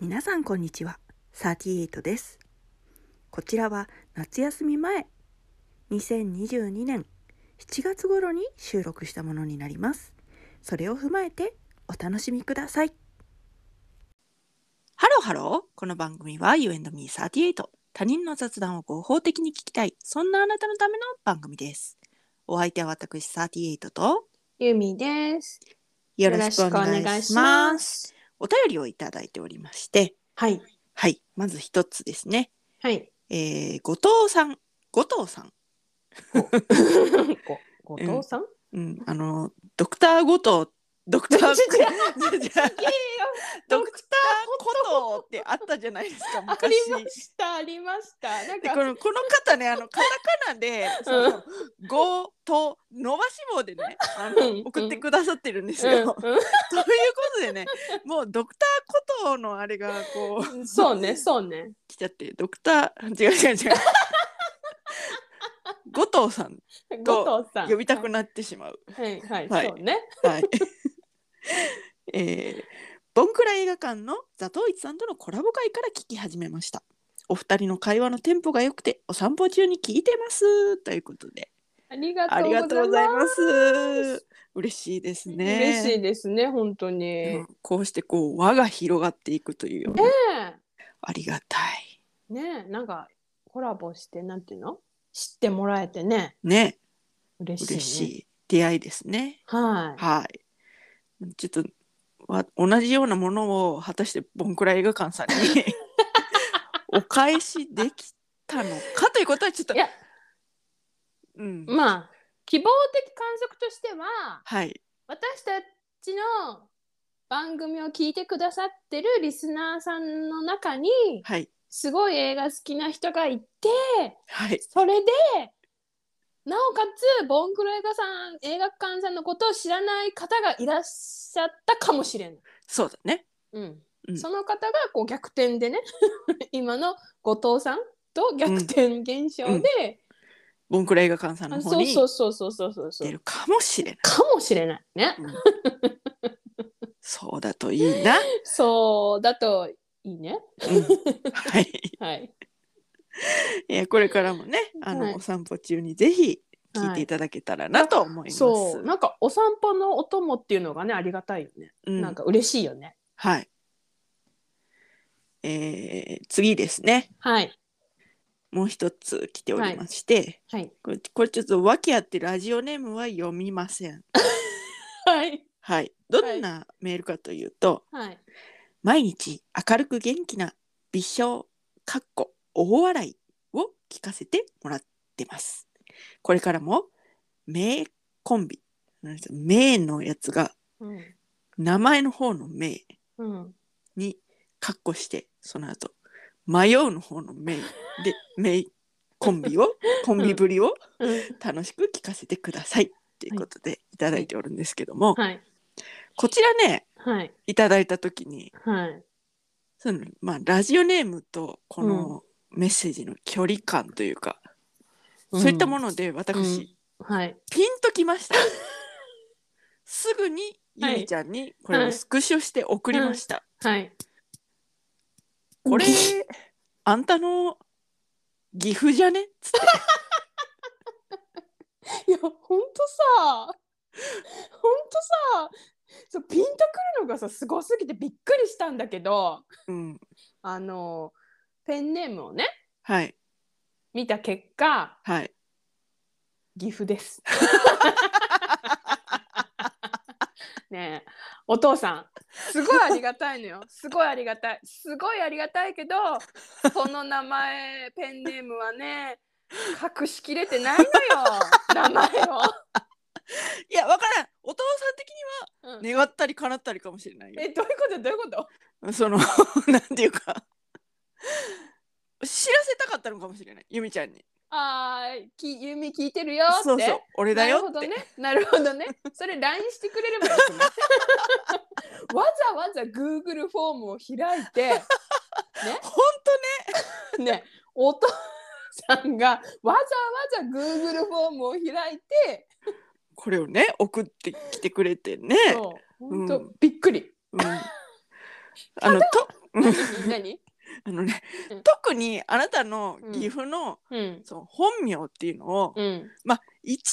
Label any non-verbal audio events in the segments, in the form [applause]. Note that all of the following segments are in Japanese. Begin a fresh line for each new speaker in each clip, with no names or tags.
皆さんこんにちは38ですこちらは夏休み前2022年7月頃に収録したものになりますそれを踏まえてお楽しみくださいハローハローこの番組は You and me38 他人の雑談を合法的に聞きたいそんなあなたのための番組ですお相手は私38と
ゆみです。
よろしくお願いします
す。
お便りをいただいておりまして
はい。
はいまず一つですね
はい。
えー、後藤さん後藤さん、
ご、後藤さん。
うん、あのドクター後藤ドクター
[laughs] 違う
違うド
ド
ク
ク
ター後藤ってあったじゃないですか
[laughs] あ
昔
りました。ありました。なん
で
か。
このこの方ねあのカタカナで「そのごと」伸ばし棒でねあ
うん
の
うん
送ってくださってるんです
う
よ。
ん
[laughs] ということでねもうドクター後藤のあれがこう
うんそうね。そうね。
来ちゃってドクター違う違う
[laughs]
違う後藤さんと
後藤さん。
呼びたくなってしまう。
はい。はい。
は
はいい。そうね。
はい。 [laughs] えー、ボンクラ映画館のザトウイチさんとのコラボ会から聞き始めました。お二人の会話のテンポが良くてお散歩中に聞いてますということで
ありが
ありがと
と
う
う
ご
ご
ざ
ざ
い
い
ま。
ます
嬉しいです
す。
ね。
嬉しいですね。本当に。
う
ね
んこうしてこう輪が広がっていくというようなありがたい。
え。ねえ、なんか。コラボして、なんていうの。知ってもらえてね。
ね、
嬉しい、ね。
嬉しい出会いですね。
はい。
はい。ちょっとわ同じようなものを果たしてボンクラ映画館さんに [laughs] お返しできたのかということはちょっと
いや
うん、
まあ。希望的観測としては。
はい
私たちの番組を聞いてくださってるリスナーさんの中に
はい
すごい映画好きな人がいて
はい
それでなおかつボンクロ映画さん映画館さんのことを知らない方がいらっしゃったかもしれない、
そうだね
うん
うん
その方がこう逆転でね [laughs] 今の後藤さんと逆転現象で、
ボンクラ映画館さん
あ
の方
そう
に
そうそうそうそうそうそ
出
う
るかもしれない
かもしれないね
そうだといいな、
そうだといいね
うん、はい、
はい
えーこれからもねあの、
はい
お散歩中にぜひ聞い
は
て
い
いただけたらなと思います、
そうなんかお散歩のお供っていうのがねありがたいよね、
うん
なんか嬉しいよね
はいえー次ですね
はい
もう一つ来ておりまして、
はい
これこれちょっと訳あってラジオネームは読みません。
はい
はい。どんなメールかというと、
はい
毎日明るく元気な微笑かっこ大笑いを聞かせてもらってます。これからも名コンビ名のやつが
うん
名前の方の名
うん
にカッコしてその後迷うの方の名で名コンビをコンビぶりを
うん
楽しく聞かせてくださいっていうことでいただいておるんですけども、
はい
こちらね
はい
いただいた時に
はい
その、まあ、ラジオネームとこのメッセージの距離感というか、そういったも
の
ので私、
はい
ピンときましたすぐにゆみちゃんにこれをスクショして送りました、
はい
これあんたの岐阜じゃねっつって
いやほんとさほんとさそうピンとくるのがさすごすぎてびっくりしたんだけど
うん
あのペンネームをね
はい
見た結果
はい
岐阜です。 [laughs] ねえお父さんすごいありがたいのよすごいありがたいすごいありがたいけどその名前ペンネームはね隠しきれて [laughs] ないのよ名前
いやわからんお父さん的
を、うん
には願ったり叶ったりかもしれないよ
えどういうことどういうこと
その [laughs] なんていうか知らせたかったのかもしれないゆみちゃんに
あーきゆみ聞いてるよって
そうそう俺だ
な
よ
るほ
っ
ど
て、
ねなるほどねそれ LINE してくれればよ [laughs] くないわざわざ Google フォームを開いて
本
ねお父さんがわざわざ Google フォームを開いて
当これをね送ってきてくれてね
そう本
う
当
ん
[laughs] びっくり
うん、あのとうん
何
あのね、
うん
特にあなたの岐阜の、
うん
その本名っていうのを、
うん
まあ一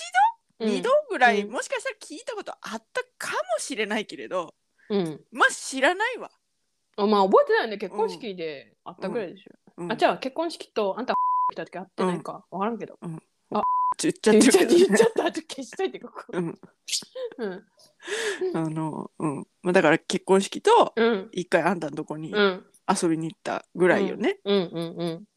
度、
うん
二度ぐらい、
うん
もしかしたら聞いたことあったかもしれないけれど
うん
まあ知らないわ。
あまあ覚えてないんで結婚式であったぐらいでしょ、
うん
あじゃあ結婚式とあんた来た時会ってないか、わからんけど
ちょっちゃ
言
っ
ってちゃ
る
った
け
言っ
どね
[laughs] ちゃった後消しといてここ
うん
うん
あのうんまあだから結婚式と
うん
一回あんたのとこに
うん
遊びに行ったぐらいよね、
うんうん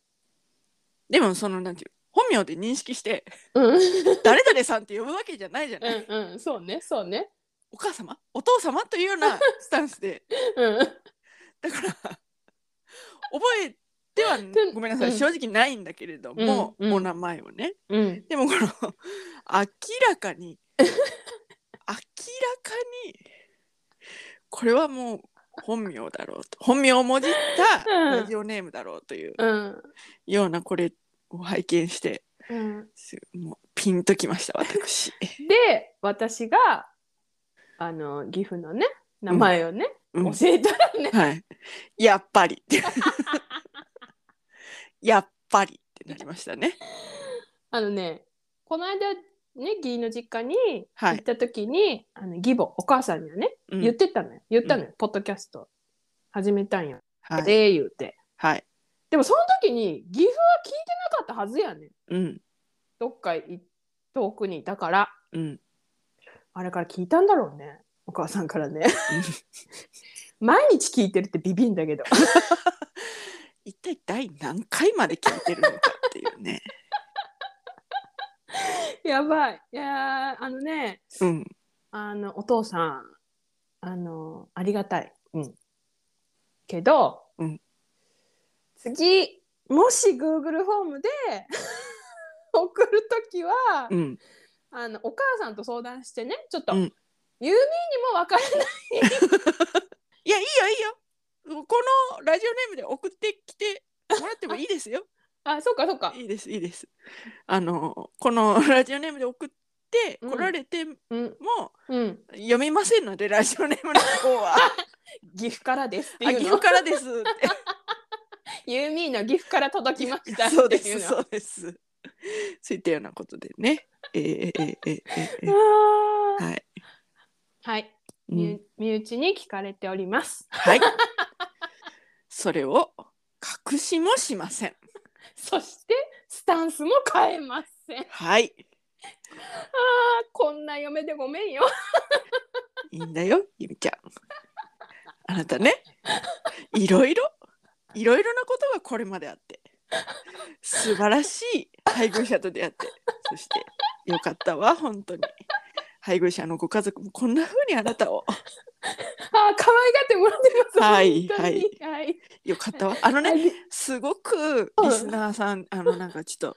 でもそのなんていう本名で認識して [laughs]
うんうん
誰々さんって呼ぶわけじゃないじゃない、
うんうんそうねそうね
お母様お父様というよう
[laughs]
なスタンスで
うん
だから覚えては
ん
ごめんなさい、
うん
正直ないんだけれども、
うんうん
お名前をね
うん
でもこの [laughs] 明らか
[laughs]
に明らかにこれはもう本名だろうと本名をもじった
うん
ラジオネームだろうという
うん
ようなこれを拝見して
うん
すもうピンときました
[laughs]
私。
で私があの岐阜のね名前をね、
うん
教えたら [laughs] ね
はい。やっぱり。
[laughs]
やっぱりってなりましたね。
あのねこの間ね義の実家に
は
行
い
った時に、あの義母お母さんにはね
うん
言ってたのよ、言ったのよ、ポッドキャスト始めたんや
はい。
で言うて
はい。
でもその時に岐阜は聞いてなかったはずやねん
うん。
どっかい遠くにいたから
うん。
あれから聞いたんだろうねお母さんからね [laughs] 毎日聞いてるってビビんだけど [laughs]
一体第何回まで聞いてるのかっていうね。
やばいいやーあのね
うん。
あのお父さんあのありがたい、うん、けど、
うん
次もし Google フォームで [laughs] 送るときは、
うん。
あのお母さんと相談してねちょっと、
うん
言うににも分からない
いや、いいよ、いいよ。このラジオネームで送ってきてもらってもいいです
[laughs]
よ。
あそうかそうか
いいです、いいです。あの、このラジオネームで送って
うん
来られても、
うんうん
読みませんので、ラジオネームの方
[laughs]
は。
岐阜からですって
あ、
い
岐
う
阜
の
からですって。
ユーミーの岐阜から届きました [laughs] っていうの
そうですそうですそういったようなことでねえー、えー、えー、えー、えー
あー
はい、
はい、
うん
みゆ身内に聞かれております
はいそれを隠しもしません
そしてスタンスも変えませんあー
はい
こんな嫁でごめんよ [laughs]
いいんだよゆみちゃんあなたねいろいろいろいろなことがこれまであって素晴らしい配偶者と出会ってそしてよかったわ本当に配偶者のご家族もこんな風にあなたを
あー可愛がってもらってます
はい
本当にはい
よかったわあのね
はい
すごく
うん
リスナーさん、あのなんかちょっと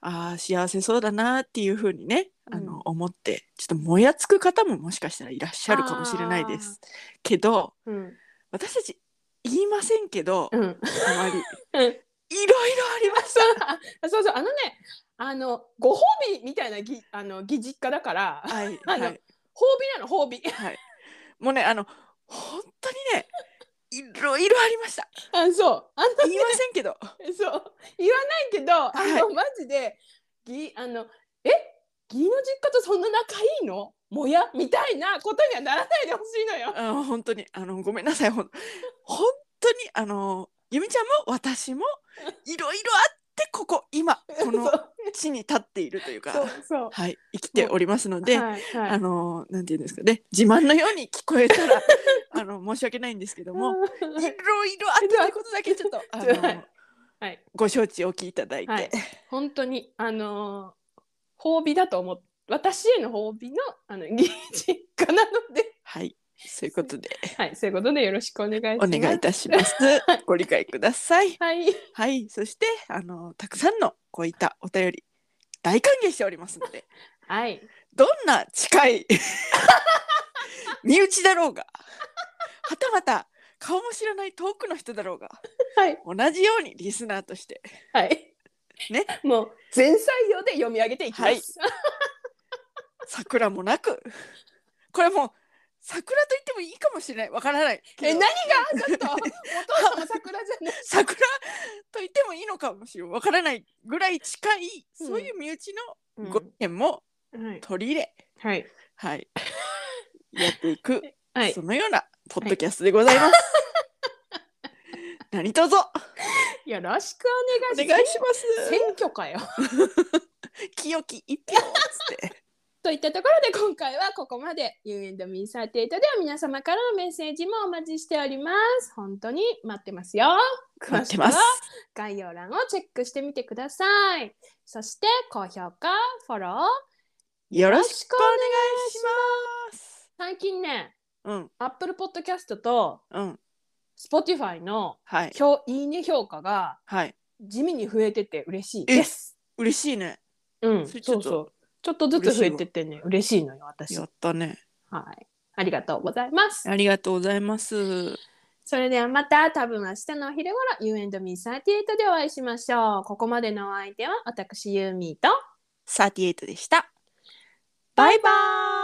ああ幸せそうだなっていうふうにね、あ
うん
の思ってちょっともやつく方ももしかしたらいらっしゃるかもしれないですけど
うん
私たち言いませんけど、
うん [laughs]
あまり
うん
いろいろありました
そうあそうそうあのねあのご褒美みたいなぎあの義実家だから褒
はい
[laughs] あの
はい、
美なの褒美 [laughs]
はい、もうねあの本当にねいろいろありました
あそうあの
言いませんけ
[laughs]
ど
そう言わないけど、あ
は
のマジでぎあのえ義の実家とそんな仲いいのもやみたいなことにはならないでほしいのよ。
あの本当にあのごめんなさいほん本当にあのゆみちゃんも私もいろいろあってここ今この地に立っているという
[laughs] そう
か、
そう
はい、生きておりますので、
はいはい、
あのなんていうんですかね自慢のように聞こえた
[laughs]
らあの申し訳ないんですけどもいろいろあ [laughs] ってということだけちょっとあ
はい
の
はい
ご承知おきいただいて、
はい本当にあのー褒美だと思っ私への褒美のあの義実家なの
[laughs]
で、
はい、そういうことで
はい、そういうことでよろしくお願いしま
お
す。
願いいたします。ご理解ください。
はい、
はい、そしてあのたくさんのこういったお便り大歓迎しておりますので、
はい、
どんな近 [laughs] い身内だろうが、はたまた顔も知らない遠くの人だろうが、
はい、
同じようにリスナーとして
はい、
ね、
もう全採用で読み上げていきます。
桜もなく、これもう桜と言ってもいいかもしれない、わからない。
え何がちょっとお父様桜じゃない
桜と言ってもいいのかもしれないわからないぐらい近い、そういう身内の [laughs] ご意見も
はい
取り入れ、
はい
はいやっていく、
はい
そのようなポッドキャストでございます。何卒
よろしく
お
お願
願
い
い
します
します。
選挙かよ
清き一票っつって。
といったところで今回はここまで U&Me38 では皆様からのメッセージもお待ちしております本当に待ってますよ
待ってます
詳しくは。概要欄をチェックしてみてくださいそして高評価フォロー
よろ
ろ
し
し
く
く
お
お
願
願
いします。
最近ね
うん、
Apple Podcast と
うん、
Spotify の
はい、
評いいね評価が
はい。
地味に増えてて嬉しい
え
です。
嬉しいね。
うん、
それち
そ
ょっ
う
と
そう。ちょっとずつ増えてってね、嬉しいのよ、私。
や
は
ったね。
い。ありがとうございます。
ありがとうございます。
それではまた、多分明日のお昼頃、You and Me38 でお会いしましょう。ここまでのお相手は、私、ユーミーと、
38でした。バイバイ